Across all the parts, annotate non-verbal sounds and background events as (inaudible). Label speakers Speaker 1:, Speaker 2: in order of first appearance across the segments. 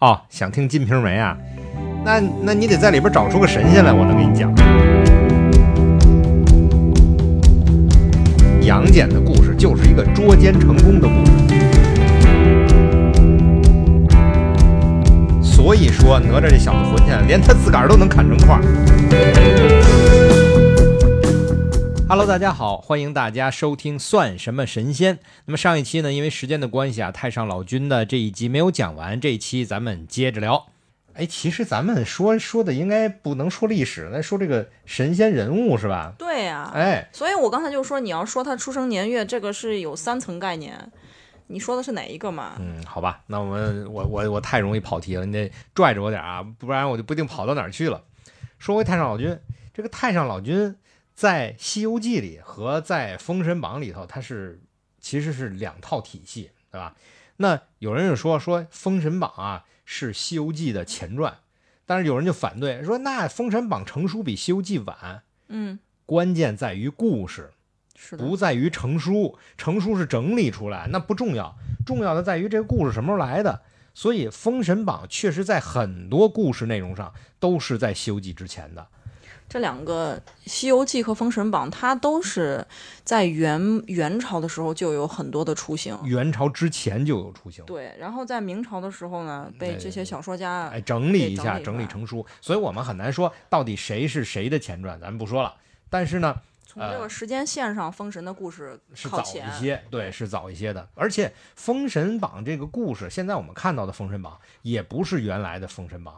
Speaker 1: 哦，想听《金瓶梅》啊？那那你得在里边找出个神仙来，我能给你讲。杨戬的故事就是一个捉奸成功的故事，所以说哪吒这小子混起来，连他自个儿都能砍成块儿。Hello，大家好，欢迎大家收听《算什么神仙》。那么上一期呢，因为时间的关系啊，太上老君的这一集没有讲完，这一期咱们接着聊。哎，其实咱们说说的应该不能说历史，那说这个神仙人物是吧？
Speaker 2: 对呀、
Speaker 1: 哎，
Speaker 2: 所以我刚才就说，你要说他出生年月，这个是有三层概念，你说的是哪一个嘛？
Speaker 1: 嗯，好吧，那我们我我我太容易跑题了，你得拽着我点儿啊，不然我就不一定跑到哪儿去了。说回太上老君，这个太上老君在《西游记》里和在《封神榜》里头，它是其实是两套体系，对吧？那有人就说说《封神榜啊》是《西游记》的前传，但是有人就反对说，那《封神榜》成书比《西游记》晚，
Speaker 2: 嗯，
Speaker 1: 关键在于故事。
Speaker 2: 是的，
Speaker 1: 不在于成书，成书是整理出来，那不重要，重要的在于这个故事什么时候来的。所以《封神榜》确实在很多故事内容上都是在《西游记》之前的。
Speaker 2: 这两个《西游记》和《封神榜》，它都是在元元朝的时候就有很多的雏形。
Speaker 1: 元朝之前就有雏形，
Speaker 2: 哦对，然后在明朝的时候呢，
Speaker 1: 嗯
Speaker 2: 被这些小说家
Speaker 1: 哎，整理一下，
Speaker 2: 对整
Speaker 1: 整
Speaker 2: 理
Speaker 1: 理
Speaker 2: 一下
Speaker 1: 成书。所以我们很难说到底谁是谁的前传，咱们不说了。但是呢，
Speaker 2: 从这个时间线上，封神的故事
Speaker 1: 呃是
Speaker 2: 靠
Speaker 1: 早
Speaker 2: 前。
Speaker 1: 一些，对，是早一些的。而且《封神榜》这个故事，现在我们看到的《封神榜》也不是原来的《封神榜》。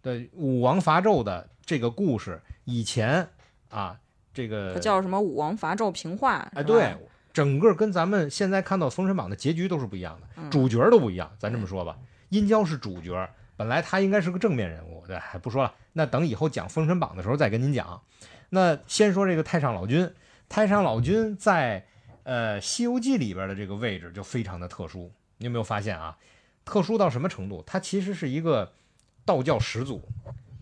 Speaker 1: 对，武王伐纣的这个故事，以前啊，这个
Speaker 2: 它叫什么？武王伐纣平话。
Speaker 1: 哎，
Speaker 2: 是吧
Speaker 1: 对，，整个跟咱们现在看到《封神榜》的结局都是不一样的，
Speaker 2: 嗯
Speaker 1: 主角儿都不一样。咱这么说吧，殷郊是主角儿，本来他应该是个正面人物，对，不说了，那等以后讲《封神榜》的时候再跟您讲。那先说这个太上老君，太上老君在呃《西游记》里边的这个位置就非常的特殊，你有没有发现啊？特殊到什么程度？他其实是一个道教始祖，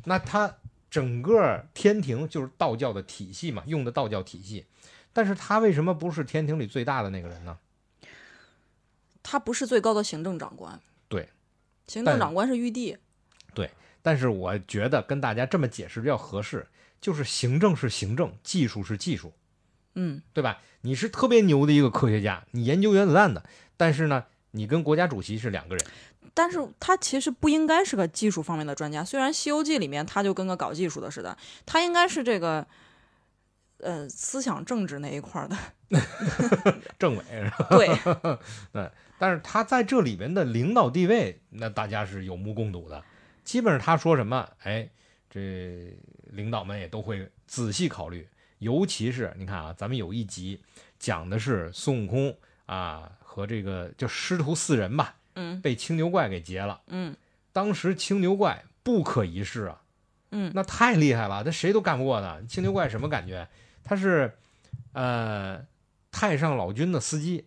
Speaker 1: 那他整个天庭就是道教的体系嘛，用的道教体系。但是他为什么不是天庭里最大的那个人呢？
Speaker 2: 他不是最高的行政长官。
Speaker 1: 对，
Speaker 2: 行
Speaker 1: 但
Speaker 2: 政长官是玉帝。
Speaker 1: 但是我觉得跟大家这么解释比较合适，就是行政是行政，技术是技术，
Speaker 2: 嗯，
Speaker 1: 对吧？你是特别牛的一个科学家，你研究原子弹的，但是呢，你跟国家主席是两个人。
Speaker 2: 但是他其实不应该是个技术方面的专家，虽然《西游记》里面他就跟个搞技术的似的，他应该是这个，呃，思想政治那一块儿的。 (laughs)
Speaker 1: 政委， (laughs)
Speaker 2: 对，
Speaker 1: 但是他在这里面的领导地位，那大家是有目共睹的。基本上他说什么，哎，这领导们也都会仔细考虑。尤其是你看啊，咱们有一集讲的是孙悟空啊和这个就师徒四人吧，
Speaker 2: 嗯
Speaker 1: 被青牛怪给劫了。
Speaker 2: 嗯
Speaker 1: 当时青牛怪不可一世啊，
Speaker 2: 嗯
Speaker 1: 那太厉害了，他谁都干不过他。青牛怪什么感觉？他是，呃，太上老君的司机，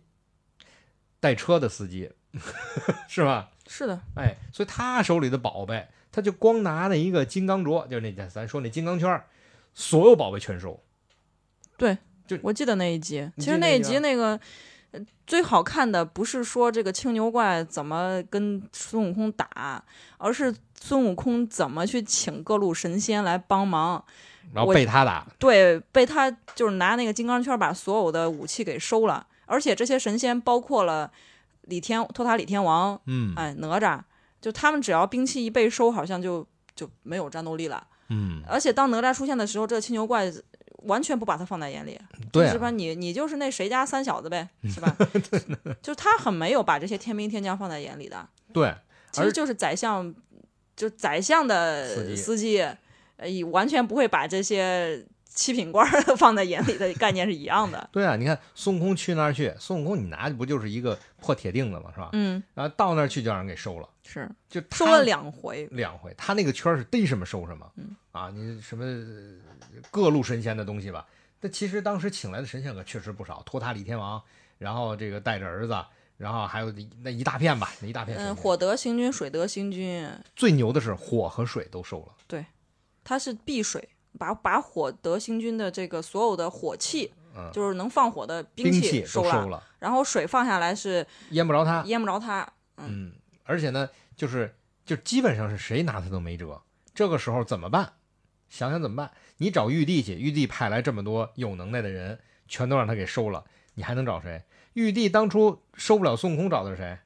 Speaker 1: 带车的司机， (laughs) 是吧？
Speaker 2: 是的，
Speaker 1: 哎，所以他手里的宝贝，他就光拿了一个金刚镯，就是那咱说那金刚圈儿，所有宝贝全收。
Speaker 2: 我记得那一集。
Speaker 1: 你记
Speaker 2: 其实
Speaker 1: 得
Speaker 2: 那
Speaker 1: 那
Speaker 2: 一
Speaker 1: 集啊
Speaker 2: 集那个。呃最好看的不是说这个青牛怪怎么跟孙悟空打，而是孙悟空怎么去请各路神仙来帮忙。
Speaker 1: 然后
Speaker 2: 我
Speaker 1: 被他打，
Speaker 2: 对，被他就是拿那个金刚圈把所有的武器给收了，而且这些神仙包括了李天托塔李天王，
Speaker 1: 嗯
Speaker 2: 哎，哪吒，就他们只要兵器一被收，好像就就没有战斗力了。
Speaker 1: 嗯，
Speaker 2: 而且当哪吒出现的时候，这个青牛怪完全不把他放在眼里，
Speaker 1: 对、
Speaker 2: 是
Speaker 1: 啊，
Speaker 2: 吧？你你就是那谁家三小子呗，是
Speaker 1: (laughs)
Speaker 2: 吧？就是他很没有把这些天兵天将放在眼里的，
Speaker 1: 对，啊
Speaker 2: 其实
Speaker 1: 而
Speaker 2: 就是宰相，就宰相
Speaker 1: 司
Speaker 2: 的
Speaker 1: 机
Speaker 2: 司机，呃，也完全不会把这些七品官儿 (laughs) 放在眼里的概念是一样
Speaker 1: (laughs)
Speaker 2: 的。
Speaker 1: 对啊。你看孙悟空去那儿去，孙悟空你拿的不就是一个破铁锭子嘛，是吧？
Speaker 2: 嗯，
Speaker 1: 然后到那儿去就让人给收了。
Speaker 2: 是
Speaker 1: 就他
Speaker 2: 说了两回，
Speaker 1: 两回，他那个圈儿是逮什么收什么，
Speaker 2: 嗯
Speaker 1: 啊，你什么呃各路神仙的东西吧。但其实当时请来的神仙可确实不少，托塔李天王，然后这个带着儿子，然后还有那一大片吧，那一大片神
Speaker 2: 嗯，
Speaker 1: 仙。
Speaker 2: 火得行军，水得行军，
Speaker 1: 最牛的是火和水都收了，
Speaker 2: 它是避水，把把火得行军的这个所有的火器，
Speaker 1: 嗯
Speaker 2: 就是能放火的兵
Speaker 1: 器
Speaker 2: 收
Speaker 1: 都收了，啊
Speaker 2: 然后水放下来是
Speaker 1: 淹不着他。
Speaker 2: 淹不着它。嗯
Speaker 1: 嗯，而且呢，就是就基本上是谁拿他都没辙。这个时候怎么办？想想怎么办？你找玉帝去，玉帝派来这么多有能耐的人，全都让他给收了，你还能找谁？玉帝当初收不了孙悟空，找的是谁？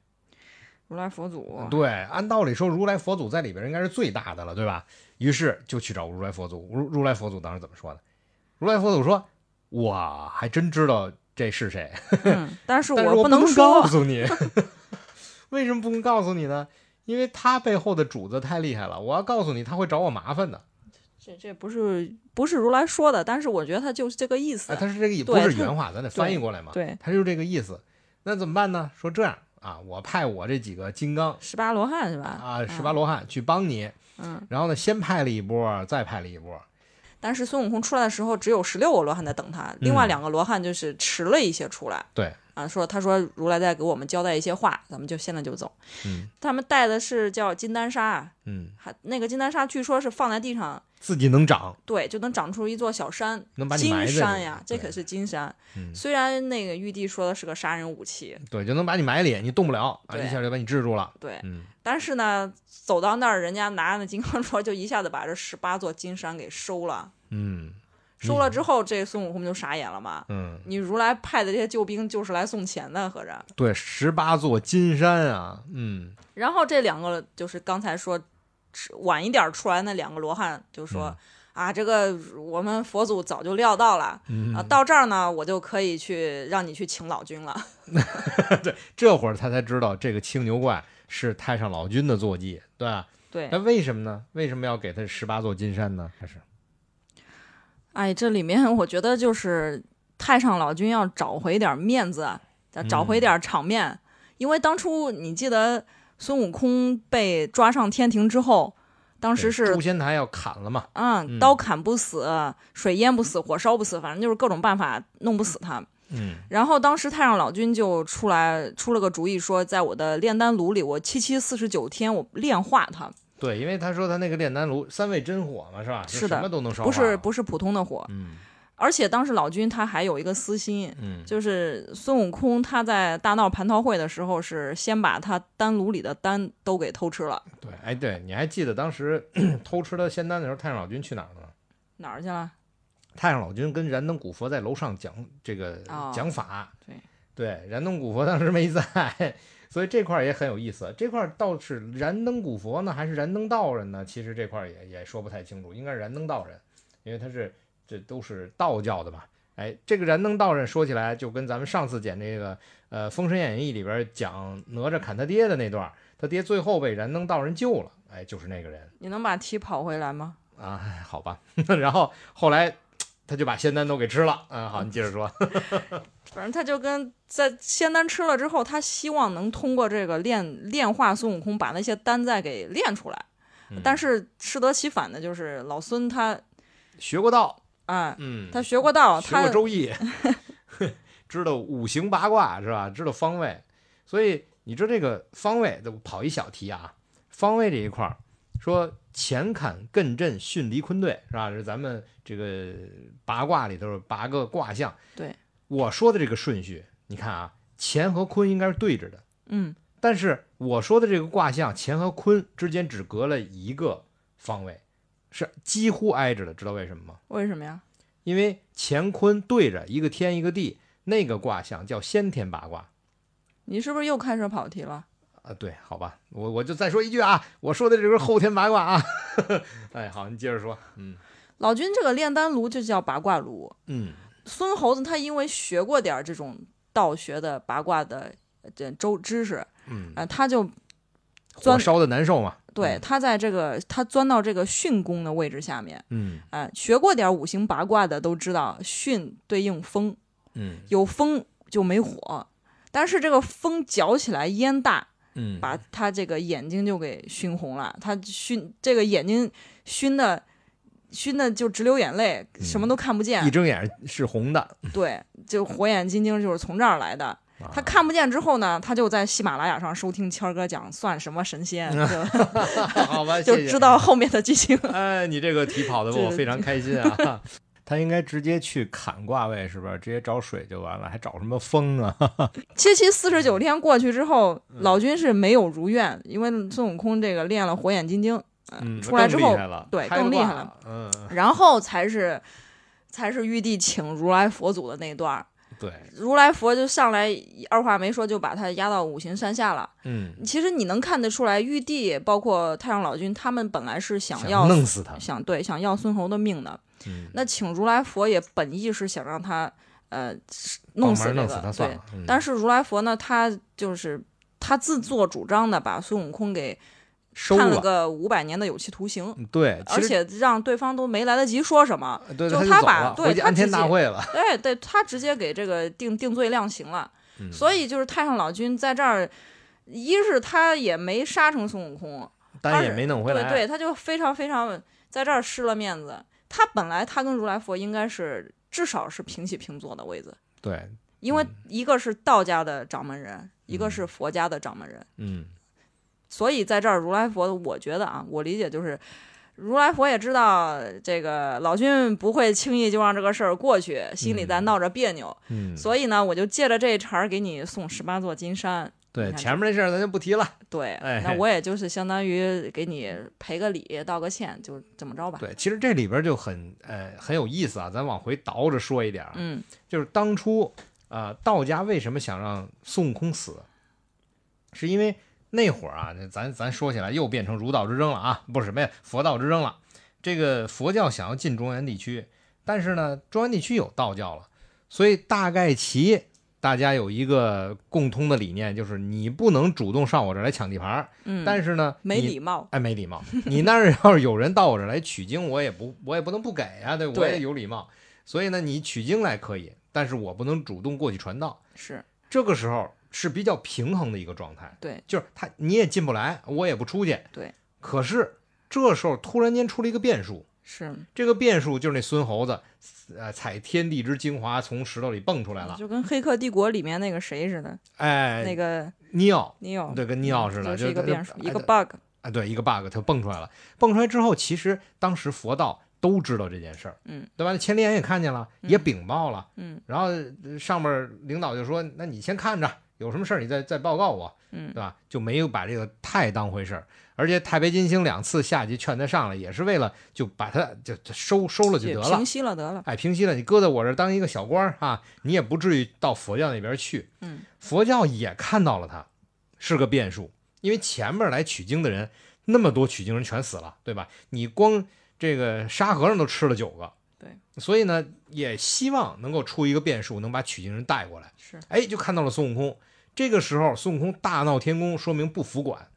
Speaker 2: 如来佛祖，嗯
Speaker 1: 对，按道理说，如来佛祖在里边应该是最大的了，对吧？于是就去找如来佛祖。如如来佛祖当时怎么说的？如来佛祖说：“我还真知道这是谁，
Speaker 2: 嗯，但是
Speaker 1: 但是
Speaker 2: 我
Speaker 1: 不
Speaker 2: 能
Speaker 1: 告
Speaker 2: 说， (laughs)
Speaker 1: 诉你。 (laughs) 为什么不能告诉你呢？因为他背后的主子太厉害了，我要告诉你，他会找我麻烦的。
Speaker 2: 这这不是不是如来说的，但是我觉得他就是这个意思
Speaker 1: 哎，。他是这个也不
Speaker 2: 对
Speaker 1: 是
Speaker 2: 他
Speaker 1: 原话，咱得翻译过来嘛。
Speaker 2: 对，
Speaker 1: 他就是这个意思。那怎么办呢？说这样啊，我派我这几个金刚
Speaker 2: 十八罗汉是吧？
Speaker 1: 啊，十八罗汉去帮你。
Speaker 2: 嗯，
Speaker 1: 然后呢，先派了一波，再派了一波。
Speaker 2: 但是孙悟空出来的时候，只有十六个罗汉在等他，另外
Speaker 1: 嗯
Speaker 2: 两个罗汉就是迟了一些出来。
Speaker 1: 对，
Speaker 2: 啊，说他说如来在给我们交代一些话，咱们就现在就走。
Speaker 1: 嗯
Speaker 2: 他们带的是叫金丹砂，啊
Speaker 1: 嗯，
Speaker 2: 还那个金丹砂据说是放在地上，
Speaker 1: 自己能长，
Speaker 2: 对，就能长出一座小山，
Speaker 1: 能把你埋
Speaker 2: 金
Speaker 1: 在
Speaker 2: 山
Speaker 1: 里
Speaker 2: 呀，这
Speaker 1: 对
Speaker 2: 可是金山。
Speaker 1: 嗯
Speaker 2: 虽然那个玉帝说的是个杀人武器，
Speaker 1: 对，就能把你埋里，你动不了啊，
Speaker 2: 对
Speaker 1: 一下就把你制住了。
Speaker 2: 对，
Speaker 1: 嗯，
Speaker 2: 但是呢，走到那儿，人家拿那金刚 (laughs) 镯就一下子把这十八座金山给收了。
Speaker 1: 嗯
Speaker 2: 收了之后，这孙悟空就傻眼了嘛。
Speaker 1: 嗯，
Speaker 2: 你如来派的这些救兵就是来送钱的，合着。
Speaker 1: 对，十八座金山啊，嗯
Speaker 2: 然后这两个就是刚才说迟晚一点出来那两个罗汉就说、
Speaker 1: 嗯
Speaker 2: 啊，这个我们佛祖早就料到了、
Speaker 1: 嗯，
Speaker 2: 啊，到这儿呢，我就可以去让你去请老君了。 (laughs)
Speaker 1: 这会儿他才知道这个青牛怪是太上老君的坐骑，对吧？
Speaker 2: 对
Speaker 1: 那，为什么呢？为什么要给他十八座金山呢？还是
Speaker 2: 哎，这里面我觉得就是太上老君要找回点面子，找
Speaker 1: 嗯
Speaker 2: 回点场面，因为当初你记得孙悟空被抓上天庭之后，当时是
Speaker 1: 诛仙台要砍了嘛？
Speaker 2: 嗯，刀砍不死，水淹不死，火烧不死，反正就是各种办法弄不死他。
Speaker 1: 嗯
Speaker 2: 然后当时太上老君就出来出了个主意，说在我的炼丹炉里，我七七四十九天我炼化它，
Speaker 1: 对，因为他说他那个炼丹炉三味真火嘛，是吧？
Speaker 2: 是
Speaker 1: 就
Speaker 2: 的
Speaker 1: 什么都能烧化
Speaker 2: 不
Speaker 1: 嘛。
Speaker 2: 是不是普通的火。
Speaker 1: 嗯
Speaker 2: 而且当时老君他还有一个私心，
Speaker 1: 嗯，
Speaker 2: 就是孙悟空他在大闹蟠桃会的时候，是先把他丹炉里的丹都给偷吃了，
Speaker 1: 对，哎，对，你还记得当时 (clears throat) 偷吃他仙丹的时候，太上老君去哪儿了吗？
Speaker 2: 哪儿去了？
Speaker 1: 太上老君跟燃灯古佛在楼上讲这个
Speaker 2: 哦
Speaker 1: 讲法，
Speaker 2: 对
Speaker 1: 对燃灯古佛当时没在，所以这块儿也很有意思。这块儿倒是燃灯古佛呢，还是燃灯道人呢？其实这块儿也也说不太清楚，应该是燃灯道人，因为他是这都是道教的嘛。哎，这个燃灯道人说起来就跟咱们上次讲这个呃《封神演义》里边讲哪吒砍他爹的那段儿，他爹最后被燃灯道人救了，哎，就是那个人。
Speaker 2: 你能把题跑回来吗？
Speaker 1: 啊，哎好吧。 (laughs) 然后后来他就把仙丹都给吃了。嗯，好，你接着说。
Speaker 2: 反正他就跟在仙丹吃了之后，他希望能通过这个炼炼化孙悟空，把那些丹再给炼出来。
Speaker 1: 嗯
Speaker 2: 但是适得其反的就是老孙他，
Speaker 1: 学过道，
Speaker 2: 哎，
Speaker 1: 嗯，
Speaker 2: 他学过道，
Speaker 1: 学过
Speaker 2: 他
Speaker 1: 周易， (laughs) 知道五行八卦是吧？知道方位，所以你知道这个方位，我跑一小题啊。方位这一块儿，说乾坎艮震巽离坤兑是吧？是咱们这个八卦里头八个卦象。
Speaker 2: 对，
Speaker 1: 我说的这个顺序，你看啊，乾和坤应该是对着的。
Speaker 2: 嗯，
Speaker 1: 但是我说的这个卦象，乾和坤之间只隔了一个方位，是几乎挨着的。知道为什么吗？
Speaker 2: 为什么呀？
Speaker 1: 因为乾坤对着一个天一个地，那个卦象叫先天八卦
Speaker 2: 你是不是又开始跑题了？
Speaker 1: 啊。对，好吧，我我就再说一句啊，我说的这个是后天八卦啊。 (laughs) 哎，好，你接着说。嗯
Speaker 2: 老君这个炼丹炉就叫八卦炉。
Speaker 1: 嗯
Speaker 2: 孙猴子他因为学过点儿这种道学的八卦的呃这周知识啊、
Speaker 1: 嗯，
Speaker 2: 他就
Speaker 1: 火
Speaker 2: 钻
Speaker 1: 烧的难受嘛。
Speaker 2: 对他在这个他钻到这个巽宫的位置下面。
Speaker 1: 嗯
Speaker 2: 啊、学过点五行八卦的都知道，巽对应风，
Speaker 1: 嗯
Speaker 2: 有风就没火，但是这个风搅起来烟大，
Speaker 1: 嗯，
Speaker 2: 把他这个眼睛就给熏红了，他熏这个眼睛熏的。熏的就直流眼泪，什么都看不见。
Speaker 1: 嗯一睁眼是红的。
Speaker 2: 对，就火眼金睛就是从这儿来
Speaker 1: 啊
Speaker 2: 的。他看不见之后呢，他就在喜马拉雅上收听谦儿哥讲算什么
Speaker 1: (laughs)
Speaker 2: 神仙，就
Speaker 1: 好吧，
Speaker 2: 就
Speaker 1: 谢谢
Speaker 2: 知道后面的剧情。 (laughs)
Speaker 1: 哎，你这个题跑的
Speaker 2: 这
Speaker 1: 我
Speaker 2: 个
Speaker 1: 非常开心啊！ (laughs) 他应该直接去砍卦位，是不是？直接找水就完了，还找什么风
Speaker 2: (laughs)
Speaker 1: 啊？
Speaker 2: 七七四十九天过去之后，
Speaker 1: 嗯
Speaker 2: 老君是没有如愿，因为孙悟空这个练了火眼金睛，
Speaker 1: 嗯，
Speaker 2: 出来之后
Speaker 1: 更厉害了
Speaker 2: 对
Speaker 1: 开个
Speaker 2: 更厉害
Speaker 1: 挂
Speaker 2: 了。
Speaker 1: 嗯，
Speaker 2: 然后才是才是玉帝请如来佛祖的那段儿。
Speaker 1: 对，
Speaker 2: 如来佛就上来二话没说就把他压到五行山下了。
Speaker 1: 嗯，
Speaker 2: 其实你能看得出来，玉帝包括太上老君他们本来是想
Speaker 1: 想
Speaker 2: 要
Speaker 1: 弄死他。
Speaker 2: (laughs) 想对想要孙猴的命的。
Speaker 1: 嗯，
Speaker 2: 那请如来佛也本意是想让他呃是
Speaker 1: 帮
Speaker 2: 弄死
Speaker 1: 忙
Speaker 2: 这
Speaker 1: 弄
Speaker 2: 个
Speaker 1: 死他算
Speaker 2: 对，
Speaker 1: 了。嗯
Speaker 2: 但是如来佛呢，他就是他自作主张的把孙悟空给
Speaker 1: 收
Speaker 2: 判了
Speaker 1: 了，
Speaker 2: 个五百年的有期徒刑，
Speaker 1: 嗯对，其
Speaker 2: 而
Speaker 1: 实
Speaker 2: 且让对方都没来得及说
Speaker 1: (laughs)
Speaker 2: 什么，
Speaker 1: 对，
Speaker 2: 就
Speaker 1: 他
Speaker 2: 他
Speaker 1: 走
Speaker 2: 把
Speaker 1: 了，
Speaker 2: 对
Speaker 1: 回去
Speaker 2: 他
Speaker 1: 安天
Speaker 2: 直
Speaker 1: 大
Speaker 2: 接
Speaker 1: 会了。
Speaker 2: 对对，他直接给这个定定罪量刑了。
Speaker 1: 嗯
Speaker 2: 所以就是太上老君在这儿，一是他也没杀成孙悟空，
Speaker 1: 单也没弄回
Speaker 2: 对
Speaker 1: 来。
Speaker 2: 对，他就非常非常在这儿失了面子。他本来他跟如来佛应该是至少是平起平坐的位子，
Speaker 1: 对，
Speaker 2: 因为
Speaker 1: 嗯
Speaker 2: 一个是道家的掌门人，一个
Speaker 1: 嗯
Speaker 2: 是佛家的掌门人。
Speaker 1: 嗯，
Speaker 2: 所以在这儿，如来佛，我觉得啊，我理解就是，如来佛也知道这个老君不会轻易就让这个事儿过去，心里在
Speaker 1: 嗯
Speaker 2: 闹着别扭，
Speaker 1: 嗯，
Speaker 2: 所以呢，我就借着这茬儿给你送十八座金山。
Speaker 1: 对
Speaker 2: 你看
Speaker 1: 前面这事儿咱就不提了。
Speaker 2: 对，
Speaker 1: 哎
Speaker 2: 那我也就是相当于给你赔个礼，道个歉，就这么着吧。
Speaker 1: 对，其实这里边就很呃很有意思啊，咱往回倒着说一点啊，
Speaker 2: 嗯，
Speaker 1: 就是当初啊、呃道家为什么想让孙悟空死，是因为那会儿啊，那咱咱说起来又变成儒道之争了啊，不是什么呀，佛道之争了。这个佛教想要进中原地区，但是呢，中原地区有道教了，所以大概其大家有一个共通的理念，就是你不能主动上我这儿来抢地盘儿，
Speaker 2: 嗯
Speaker 1: 但是呢，
Speaker 2: 没
Speaker 1: 你
Speaker 2: 礼貌。
Speaker 1: 哎，没礼貌。 (laughs) 你那儿要是有人到我这儿来取经，我也不我也不能不给啊，对我
Speaker 2: 对
Speaker 1: 也有礼貌。所以呢，你取经来可以，但是我不能主动过去传道。
Speaker 2: 是
Speaker 1: 这个时候是比较平衡的一个状态，
Speaker 2: 对，
Speaker 1: 就是他你也进不来，我也不出去。
Speaker 2: 对。
Speaker 1: 可是这时候突然间出了一个变数，
Speaker 2: 是，
Speaker 1: 这个变数就是那孙猴子，呃，采天地之精华从石头里蹦出来了。
Speaker 2: 就跟《黑客帝国》里面那个谁似的，
Speaker 1: 哎，
Speaker 2: 那个
Speaker 1: 尼奥，
Speaker 2: 你有
Speaker 1: 对，跟尼奥似的，
Speaker 2: 就是一个
Speaker 1: 就
Speaker 2: 变数，
Speaker 1: 哎
Speaker 2: 一个 bug。
Speaker 1: 啊，对，一个 bug 它蹦出来了。蹦出来之后，其实当时佛道都知道这件事儿，
Speaker 2: 嗯，
Speaker 1: 对吧？千里眼也看见了，也
Speaker 2: 嗯
Speaker 1: 禀报了，
Speaker 2: 嗯
Speaker 1: 然后呃上面领导就说：“那你先看着，有什么事儿你再再报告我，对
Speaker 2: 嗯，
Speaker 1: 吧？”就没有把这个太当回事儿。而且太白金星两次下级劝他上来，也是为了就把他就就收收了就
Speaker 2: 也
Speaker 1: 得了
Speaker 2: 平，息了得了。
Speaker 1: 哎，平息了，你搁在我这儿当一个小官儿啊，你也不至于到佛教那边去。
Speaker 2: 嗯，
Speaker 1: 佛教也看到了他是个变数，因为前面来取经的人那么多，取经人全死了，对吧？你光这个沙和尚都吃了九个，
Speaker 2: 对，
Speaker 1: 所以呢，也希望能够出一个变数，能把取经人带过来。
Speaker 2: 是
Speaker 1: 哎，就看到了孙悟空。这个时候，孙悟空大闹天宫，说明不服管，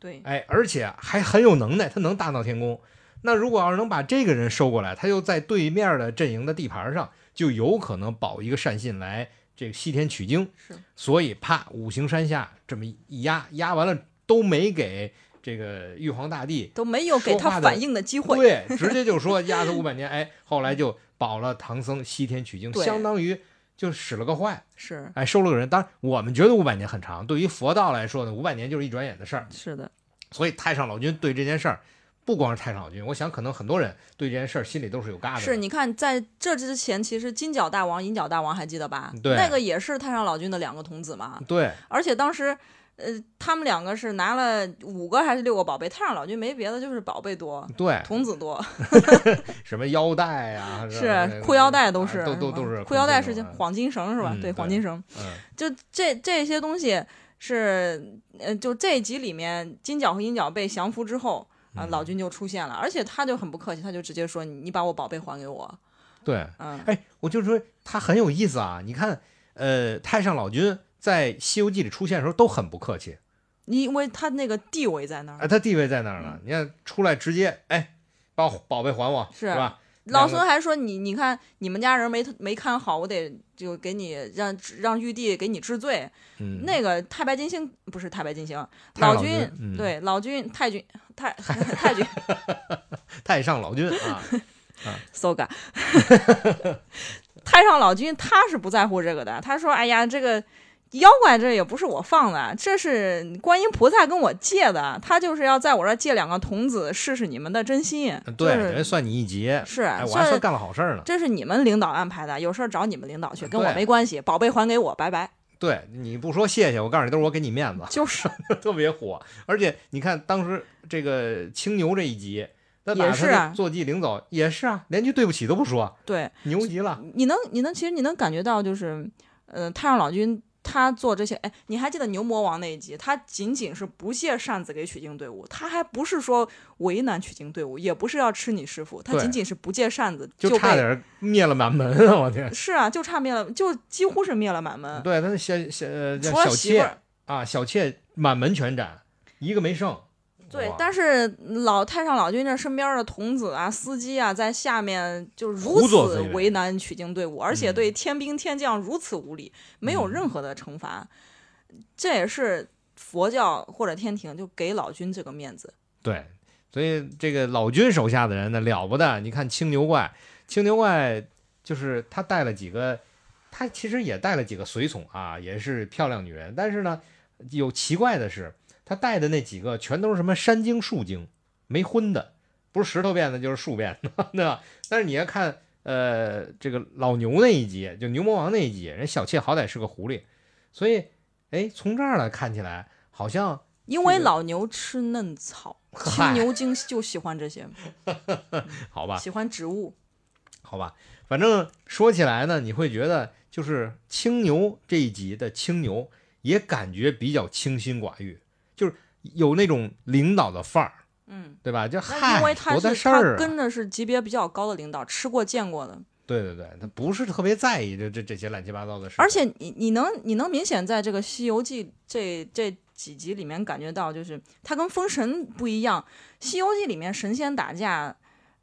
Speaker 2: 对，
Speaker 1: 哎，而且还很有能耐，他能大闹天宫。那如果要是能把这个人收过来，他又在对面的阵营的地盘上，就有可能保一个善信来这个西天取经。
Speaker 2: 是
Speaker 1: 所以啪，五行山下这么一压，压完了都没给这个玉皇大帝
Speaker 2: 都没有给
Speaker 1: 说
Speaker 2: 他
Speaker 1: 话的
Speaker 2: 反应的机会。
Speaker 1: 对，直接就说压他五百年。哎，后来就保了唐僧西天取经，
Speaker 2: 对
Speaker 1: 相当于就使了个坏，
Speaker 2: 是
Speaker 1: 哎，收了个人。当然，我们觉得五百年很长，对于佛道来说呢，五百年就是一转眼的事儿。
Speaker 2: 是的，
Speaker 1: 所以太上老君对这件事儿，不光是太上老君，我想可能很多人对这件事儿心里都是有疙瘩的。
Speaker 2: 是你看，在这之前，其实金角大王、银角大王还记得吧？
Speaker 1: 对
Speaker 2: 那个也是太上老君的两个童子嘛。
Speaker 1: 对，
Speaker 2: 而且当时，呃，他们两个是拿了五个还是六个宝贝？太上老君没别的，就是宝贝多，
Speaker 1: 对，
Speaker 2: 童子多，
Speaker 1: 什么腰带啊，
Speaker 2: 是裤腰带都
Speaker 1: 啊
Speaker 2: 是，
Speaker 1: 都都
Speaker 2: 吧
Speaker 1: 都是
Speaker 2: 裤腰带是
Speaker 1: 这
Speaker 2: 叫
Speaker 1: 种
Speaker 2: 黄金绳是吧？
Speaker 1: 嗯
Speaker 2: 对，
Speaker 1: 对
Speaker 2: 黄金绳，
Speaker 1: 嗯，
Speaker 2: 就这这些东西是，呃，就这一集里面，金角和银角被降服之后。啊，
Speaker 1: 嗯
Speaker 2: 老君就出现了，而且他就很不客气，他就直接说：“你你把我宝贝还给我。 (laughs)
Speaker 1: 对。”
Speaker 2: 嗯，
Speaker 1: 哎，我就说他很有意思啊！你看，呃，太上老君在《西游记》里出现的时候都很不客气，
Speaker 2: 因为他那个地位在那
Speaker 1: 啊，
Speaker 2: 儿，
Speaker 1: 他地位在那儿
Speaker 2: 嗯
Speaker 1: 呢。你看出来直接，哎，把我宝贝还我，
Speaker 2: 是
Speaker 1: 吧？
Speaker 2: 老孙还说你你看你们家人没没看好，我得就给你让让玉帝给你治罪。
Speaker 1: 嗯，
Speaker 2: 那个太白金星不是太白金星，
Speaker 1: 太上老
Speaker 2: 君
Speaker 1: 君嗯
Speaker 2: 对老君太君太 (laughs) 太君
Speaker 1: 太上老君啊，
Speaker 2: (laughs) so (laughs) ga，太上老君他是不在乎这个的，他说哎呀这个。妖怪这也不是我放的，这是观音菩萨跟我借的，他就是要在我这儿借两个童子试试你们的真心。就
Speaker 1: 嗯对，
Speaker 2: 是
Speaker 1: 人家算你一劫，
Speaker 2: 是，啊
Speaker 1: 哎，我还
Speaker 2: 算
Speaker 1: 算干了好事儿呢。
Speaker 2: 这是你们领导安排的，有事儿找你们领导去，跟我
Speaker 1: 嗯对
Speaker 2: 没关系。宝贝还给我，
Speaker 1: (laughs)
Speaker 2: 拜拜。
Speaker 1: 对，你不说谢谢，我告诉你，都是我给你面子， (laughs)
Speaker 2: 就是，
Speaker 1: 特别火。而且你看当时这个青牛这一集，那
Speaker 2: 也
Speaker 1: 把
Speaker 2: 是
Speaker 1: 他
Speaker 2: 啊
Speaker 1: 的坐骑领走也是啊，连句对不起都不说，
Speaker 2: 对，
Speaker 1: 牛极了。
Speaker 2: 你能，你能，其实你能感觉到，就是，呃，太上老君他做这些，哎，你还记得牛魔王那一集，他仅仅是不屑擅自给取经队伍，他还不是说为难取经队伍，也不是要吃你师傅，他
Speaker 1: 对
Speaker 2: 仅仅是不借扇子
Speaker 1: 就
Speaker 2: 被
Speaker 1: 差点灭了满门啊！我天，
Speaker 2: 是啊，就差灭了，就几乎是灭了满门，
Speaker 1: 对，他那小小呃叫
Speaker 2: 嗯除了
Speaker 1: 小
Speaker 2: 媳妇
Speaker 1: 妾
Speaker 2: 儿，
Speaker 1: 啊，小妾满门全斩，一个没剩。
Speaker 2: 对
Speaker 1: 哇，
Speaker 2: 但是老太上老君这身边的童子啊、司机啊，在下面就如
Speaker 1: 胡作
Speaker 2: 此
Speaker 1: 非为
Speaker 2: 为难取经队伍，而且
Speaker 1: 嗯
Speaker 2: 对天兵天将如此无礼，没有任何的惩罚。这也是佛教或者天庭就给老君这个面子。
Speaker 1: 对，所以这个老君手下的人呢了不得，你看青牛怪，青牛怪就是他带了几个，他其实也带了几个随从啊，也是漂亮女人，但是呢，有奇怪的是，他带的那几个全都是什么山精树精，没荤的，不是石头变的，就是树变的， (laughs) 对吧？但是你要看。呃，这个老牛那一集，就牛魔王那一集，人小妾好歹是个狐狸，所以，哎，从这儿来看起来，好像
Speaker 2: 因为
Speaker 1: 是
Speaker 2: 老牛吃嫩草，
Speaker 1: 嗨
Speaker 2: 青牛精就喜欢这些，
Speaker 1: 好吧，
Speaker 2: 喜欢植物。
Speaker 1: 好吧，反正说起来呢，你会觉得就是青牛这一集的青牛也感觉比较清心寡欲，就是有那种领导的范儿，
Speaker 2: 嗯，
Speaker 1: 对吧？就
Speaker 2: 那
Speaker 1: 嗨，
Speaker 2: 因为他
Speaker 1: 多大
Speaker 2: 是
Speaker 1: 事
Speaker 2: 他
Speaker 1: 儿啊！
Speaker 2: 跟着是级别比较高的领导，吃过见过的，
Speaker 1: 对对对，他不是特别在意这这这些乱七八糟的事。
Speaker 2: 而，且你你能你能明显在这个《西游记这》这几集里面感觉到，就是它跟《封神》不一样，《西游记》里面神仙打架，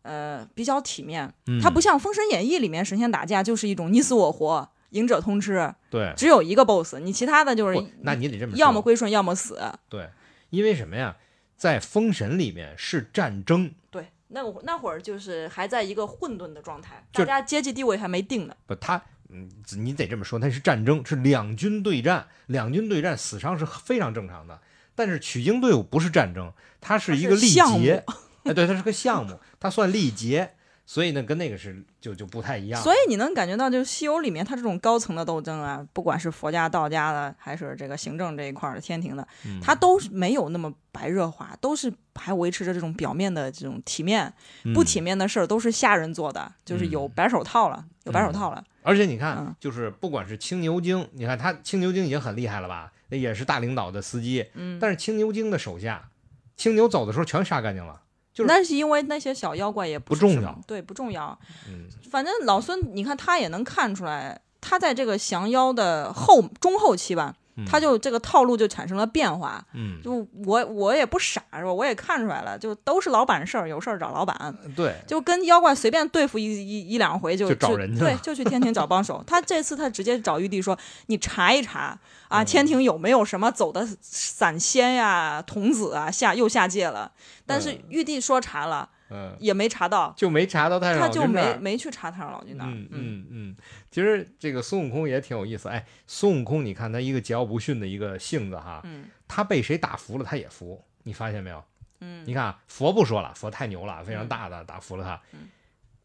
Speaker 2: 呃，比较体面，
Speaker 1: 嗯
Speaker 2: 它不像《封神演义》里面神仙打架就是一种你死我活，赢者通吃，
Speaker 1: 对，
Speaker 2: 只有一个 BOSS，你其他的就是
Speaker 1: 不那你得这么说，
Speaker 2: 要么归顺，要么死。
Speaker 1: 对，因为什么呀？在《封神》里面是战争，
Speaker 2: 对，那会那会儿就是还在一个混沌的状态，
Speaker 1: 就
Speaker 2: 大家阶级地位还没定呢。
Speaker 1: 不，他嗯，你得这么说，那是战争，是两军对战，两军对战死伤是非常正常的。但是取经队伍不是战争，它是一个
Speaker 2: 它是
Speaker 1: 历
Speaker 2: 项目
Speaker 1: 劫，哎，对，它是个项目，它算历劫，所以呢，跟那个是就就不太一样。
Speaker 2: 所以你能感觉到，就是西游里面它这种高层的斗争啊，不管是佛家、道家的，还是这个行政这一块儿的天庭的，
Speaker 1: 嗯
Speaker 2: 它都是没有那么白热化，都是还维持着这种表面的这种体面，不体
Speaker 1: 嗯。
Speaker 2: 面的事儿都是下人做的，就是有白手套了，有白手套了。
Speaker 1: 而且你看，
Speaker 2: 嗯
Speaker 1: 就是不管是青牛精，你看他青牛精已经很厉害了吧，那也是大领导的司机，
Speaker 2: 嗯，
Speaker 1: 但是青牛精的手下，青牛走的时候全杀干净了。就是
Speaker 2: 那是因为那些小妖怪也不是
Speaker 1: 不重
Speaker 2: 什么
Speaker 1: 要，
Speaker 2: 对，不重要。
Speaker 1: 嗯，
Speaker 2: 反正老孙，你看他也能看出来，他在这个降妖的后中后期吧，
Speaker 1: 嗯
Speaker 2: 他就这个套路就产生了变化。
Speaker 1: 嗯，
Speaker 2: 就我我也不傻是吧？我也看出来了，就都是老板事儿，有事儿找老板，
Speaker 1: 对，
Speaker 2: 就跟妖怪随便对付一一一两回就
Speaker 1: 就找人去 (laughs)
Speaker 2: 对
Speaker 1: 了，
Speaker 2: 就去天庭找帮手。他这次他直接找玉帝说：“你查一查啊，
Speaker 1: 嗯
Speaker 2: 天庭有没有什么走的散仙呀、童子啊下又下界了？”但是
Speaker 1: 嗯
Speaker 2: 玉帝说查了，
Speaker 1: 嗯，
Speaker 2: 也没查到，
Speaker 1: 就没查到太上
Speaker 2: 他
Speaker 1: 老
Speaker 2: 就
Speaker 1: 君这
Speaker 2: 没
Speaker 1: 儿。
Speaker 2: 没去查太上老君那儿。
Speaker 1: 嗯嗯嗯，其实这个孙悟空也挺有意思。哎，孙悟空，你看他一个桀骜不驯的一个性子哈，
Speaker 2: 嗯
Speaker 1: 他被谁打服了他也服，你发现没有？
Speaker 2: 嗯
Speaker 1: 你看啊佛不说了，佛太牛了，非常大的打服了他
Speaker 2: 嗯。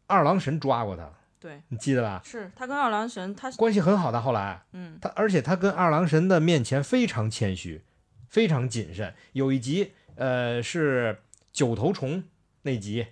Speaker 1: 二郎神抓过他，
Speaker 2: 对，
Speaker 1: 你记得吧？
Speaker 2: 是他跟二郎神，他是
Speaker 1: 关系很好的，后来
Speaker 2: 嗯
Speaker 1: 他，而且他跟二郎神的面前非常谦虚，非常谨慎。有一集，呃，是九头虫那集，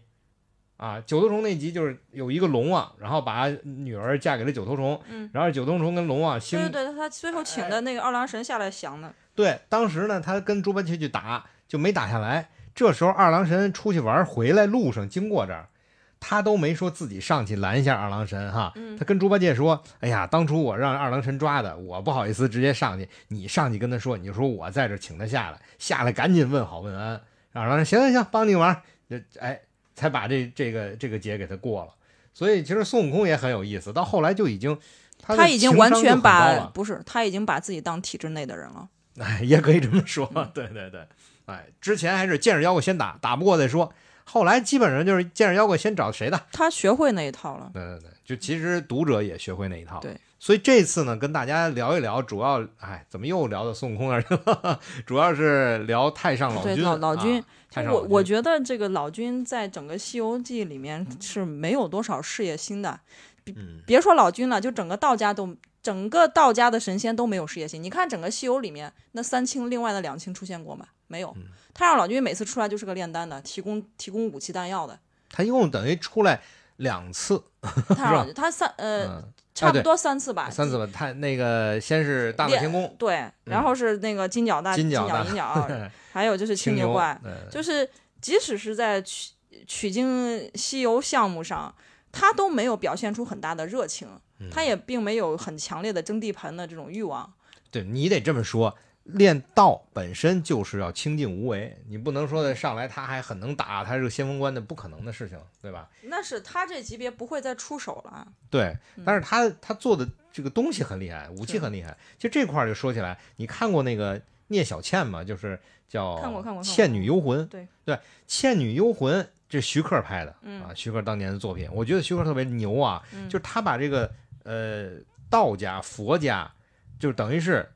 Speaker 1: 啊，九头虫那集就是有一个龙王，然后把女儿嫁给了九头虫，
Speaker 2: 嗯，
Speaker 1: 然后九头虫跟龙王星
Speaker 2: 对对对，他最后
Speaker 1: 哎
Speaker 2: 请的那个二郎神下来降的。
Speaker 1: 对，当时呢，他跟猪八戒去打，就没打下来。这时候二郎神出去玩，回来路上经过这儿，他都没说自己上去拦一下二郎神哈。
Speaker 2: 嗯
Speaker 1: 他跟猪八戒说：“哎呀，当初我让二郎神抓的，我不好意思直接上去，你上去跟他说，你就说我在这儿，请他下来，下来赶紧问好问安。”二郎神行行行，帮你忙，这哎，才把这这个这个节给他过了。所以其实孙悟空也很有意思，到后来就已经他
Speaker 2: 他
Speaker 1: 他
Speaker 2: 已经完全把
Speaker 1: 了。
Speaker 2: 不是，他已经把自己当体制内的人了。
Speaker 1: (laughs) 哎，也可以这么说
Speaker 2: 嗯，
Speaker 1: 对对对，哎，之前还是见着妖怪先打，打不过再说，后来基本上就是见着妖怪先找谁的，
Speaker 2: 他学会那一套了。
Speaker 1: 对对对，就其实读者也学会那一套，
Speaker 2: 对，
Speaker 1: 所以这次呢，跟大家聊一聊，主要哎，怎么又聊到孙悟空那儿去了？ (laughs) 主要是聊太上老
Speaker 2: 对
Speaker 1: 君，
Speaker 2: 老老君
Speaker 1: 啊、太上
Speaker 2: 我
Speaker 1: 老君
Speaker 2: 我觉得这个老君在整个《西游记》里面是没有多少事业心的，
Speaker 1: 嗯
Speaker 2: 别说老君了，就整个道家都，整个道家的神仙都没有事业心。你看整个西游里面，那三清另外的两清出现过吗？没有。
Speaker 1: 嗯
Speaker 2: 太上老君每次出来就是个炼丹的，提供提供武器弹药的。
Speaker 1: 他一共等于出来两次，
Speaker 2: 太上老君他三呃、
Speaker 1: 嗯，
Speaker 2: 差不
Speaker 1: 对
Speaker 2: 多三次吧，
Speaker 1: 三次吧。太那个先是大闹
Speaker 2: 练
Speaker 1: 天宫，
Speaker 2: 对，然后是那个金角大、
Speaker 1: 嗯金
Speaker 2: 金
Speaker 1: 角
Speaker 2: 角
Speaker 1: 大
Speaker 2: 银角，
Speaker 1: (laughs)
Speaker 2: 还有就是
Speaker 1: 青
Speaker 2: 青牛怪，
Speaker 1: 嗯
Speaker 2: 就是即使是在取取经西游项目上，他都没有表现出很大的热情，
Speaker 1: 嗯
Speaker 2: 他也并没有很强烈的争地盘的这种欲望。
Speaker 1: 对你得这么说，练道本身就是要清净无为，你不能说的上来他还很能打，他是个先锋官的，不可能的事情，对吧？
Speaker 2: 那是他这级别不会再出手了。啊
Speaker 1: 对，但是他他做的这个东西很厉害，武器
Speaker 2: 嗯是
Speaker 1: 很厉害。就这块儿就说起来，你看过那个聂小倩吗？就是叫
Speaker 2: 看过看过看过
Speaker 1: 《倩女幽魂》。
Speaker 2: 对
Speaker 1: 对，《倩女幽魂》这徐克拍的、
Speaker 2: 嗯
Speaker 1: 啊，徐克当年的作品，我觉得徐克特别牛啊，
Speaker 2: 嗯
Speaker 1: 就是他把这个呃道家、佛家，就是等于是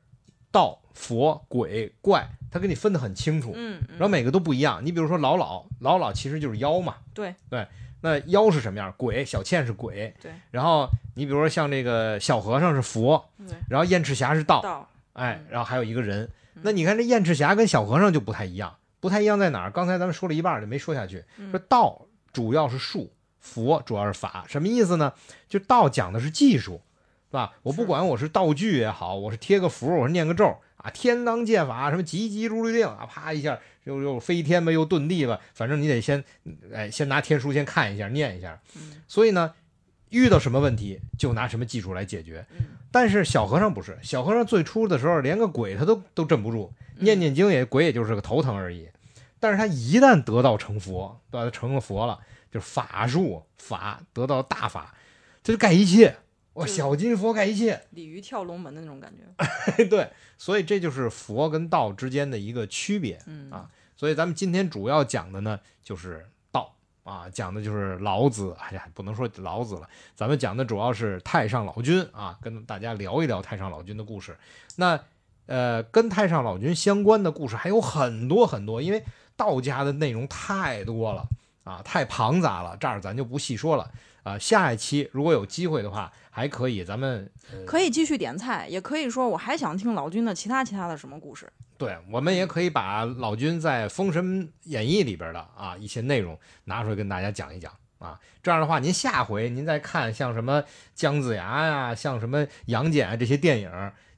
Speaker 1: 道、佛、鬼、怪，他给你分得很清楚。
Speaker 2: 嗯，
Speaker 1: 然后每个都不一样。你比如说老老，老老其实就是妖嘛。
Speaker 2: 对
Speaker 1: 对，那妖是什么样？鬼，小倩是鬼。
Speaker 2: 对。
Speaker 1: 然后你比如说像这个小和尚是佛，
Speaker 2: 嗯对，
Speaker 1: 然后燕赤霞是道，
Speaker 2: 到
Speaker 1: 哎
Speaker 2: 嗯，
Speaker 1: 然后还有一个人。那你看这燕赤霞跟小和尚就不太一样，不太一样在哪儿？刚才咱们说了一半儿就没说下去，说道主要是术，佛主要是法，什么意思呢？就道讲的是技术，是吧？我不
Speaker 2: 是
Speaker 1: 管我是道具也好，我是贴个符，我是念个咒啊，天罡剑法什么急急如律令啊，啪一下又又飞天吧，又遁地吧，反正你得先哎先拿天书先看一下，念一下。
Speaker 2: 嗯
Speaker 1: 所以呢，遇到什么问题就拿什么技术来解决。
Speaker 2: 嗯
Speaker 1: 但是小和尚不是，小和尚最初的时候连个鬼他都都镇不住，
Speaker 2: 嗯
Speaker 1: 念念经也鬼也就是个头疼而已。但是他一旦得道成佛，对吧？他成了佛了，就是法术法得到大法，这就盖一切。哇，
Speaker 2: 就是
Speaker 1: 小金佛盖一切， (laughs)
Speaker 2: 鲤鱼跳龙门的那种感觉。
Speaker 1: 对，所以这就是佛跟道之间的一个区别。
Speaker 2: 嗯
Speaker 1: 啊所以咱们今天主要讲的呢，就是道啊，讲的就是老子。哎呀，不能说老子了，咱们讲的主要是太上老君啊，跟大家聊一聊太上老君的故事。那呃，跟太上老君相关的故事还有很多很多，因为道家的内容太多了啊，太庞杂了，这儿咱就不细说了。啊、下一期如果有机会的话，还可以咱们、呃、
Speaker 2: 可以继续点菜，也可以说我还想听老君的其他其他的什么故事。
Speaker 1: 对，我们也可以把老君在《封神演义》里边的啊一些内容拿出来跟大家讲一讲啊。这样的话，您下回您再看像什么姜子牙呀、像什么杨戬啊这些电影，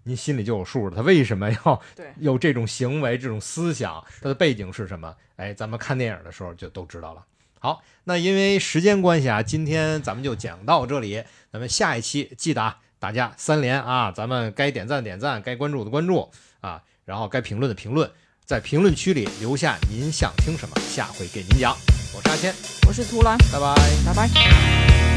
Speaker 1: 您心里就有数了。他为什么要
Speaker 2: 对
Speaker 1: 有这种行为、这种思想，他的背景是什么？哎，咱们看电影的时候就都知道了。好，那因为时间关系啊，今天咱们就讲到这里。咱们下一期记得啊，大家三连啊，咱们该点赞点赞，该关注的关注啊，然后该评论的评论，在评论区里留下您想听什么，下回给您讲。我是阿谦，
Speaker 2: 我是图兰，
Speaker 1: 拜拜。
Speaker 2: 拜拜。